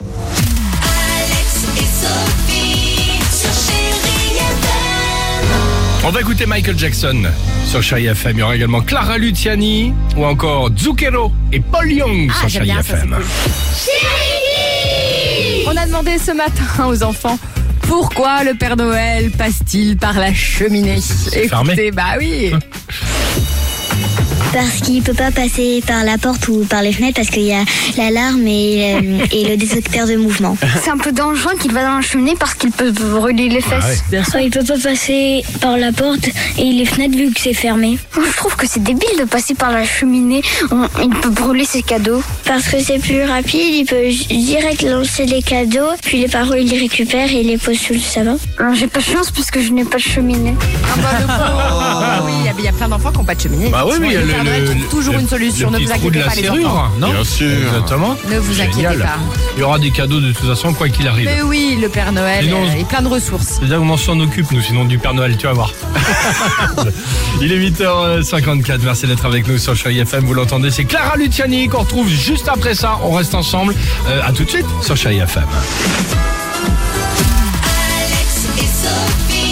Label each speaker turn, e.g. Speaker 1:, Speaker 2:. Speaker 1: Alex et Sophie sur Chérie FM.
Speaker 2: On va écouter Michael Jackson sur Chérie FM. Il y aura également Clara Luciani ou encore Zucchero et Paul Young sur
Speaker 3: Ah, j'aime
Speaker 2: Chérie
Speaker 3: bien, ça,
Speaker 2: FM.
Speaker 3: On a demandé ce matin aux enfants pourquoi le Père Noël passe-t-il par la cheminée Écoutez,
Speaker 2: fermé.
Speaker 3: bah oui.
Speaker 4: Parce qu'il peut pas passer par la porte ou par les fenêtres parce qu'il y a l'alarme et, euh, et le détecteur de mouvement.
Speaker 5: C'est un peu dangereux qu'il va dans la cheminée parce qu'il peut brûler les fesses.
Speaker 2: Ah ouais.
Speaker 4: il peut pas passer par la porte et les fenêtres vu que c'est fermé.
Speaker 5: Moi, je trouve que c'est débile de passer par la cheminée. On- il peut brûler ses cadeaux.
Speaker 4: Parce que c'est plus rapide, il peut direct lancer les cadeaux, puis les parents ils les récupèrent et ils les posent sous le savon.
Speaker 5: Alors, Euh, J'ai pas de chance puisque je n'ai pas de cheminée.
Speaker 3: Ah bah, le pauvre. Oui, il y a- il y a plein d'enfants qui n'ont pas de cheminée.
Speaker 2: Ah. Bah oui,
Speaker 3: Franchement,
Speaker 2: oui,
Speaker 3: le Père Noël trouve toujours
Speaker 2: le-
Speaker 3: une solution.
Speaker 2: le
Speaker 3: Ne
Speaker 2: petit
Speaker 3: vous
Speaker 2: trou
Speaker 3: inquiétez
Speaker 2: de la
Speaker 3: pas, les
Speaker 2: serrure,
Speaker 3: enfants.
Speaker 2: non Bien sûr. Exactement.
Speaker 3: hein. Ne vous inquiétez
Speaker 2: Génial.
Speaker 3: pas.
Speaker 2: Il y aura des cadeaux de toute façon, quoi qu'il arrive.
Speaker 3: Mais oui, le Père Noël
Speaker 2: Mais non.
Speaker 3: euh, est plein de ressources.
Speaker 2: C'est-à-dire qu'on s'en occupe, nous, sinon du Père Noël, tu vas voir. Il est 8h54, merci d'être avec nous sur Chérie FM, vous l'entendez, c'est Clara Luciani qu'on retrouve juste après ça, on reste ensemble, Euh, à tout de suite sur Chérie FM.
Speaker 1: Alex et Sophie.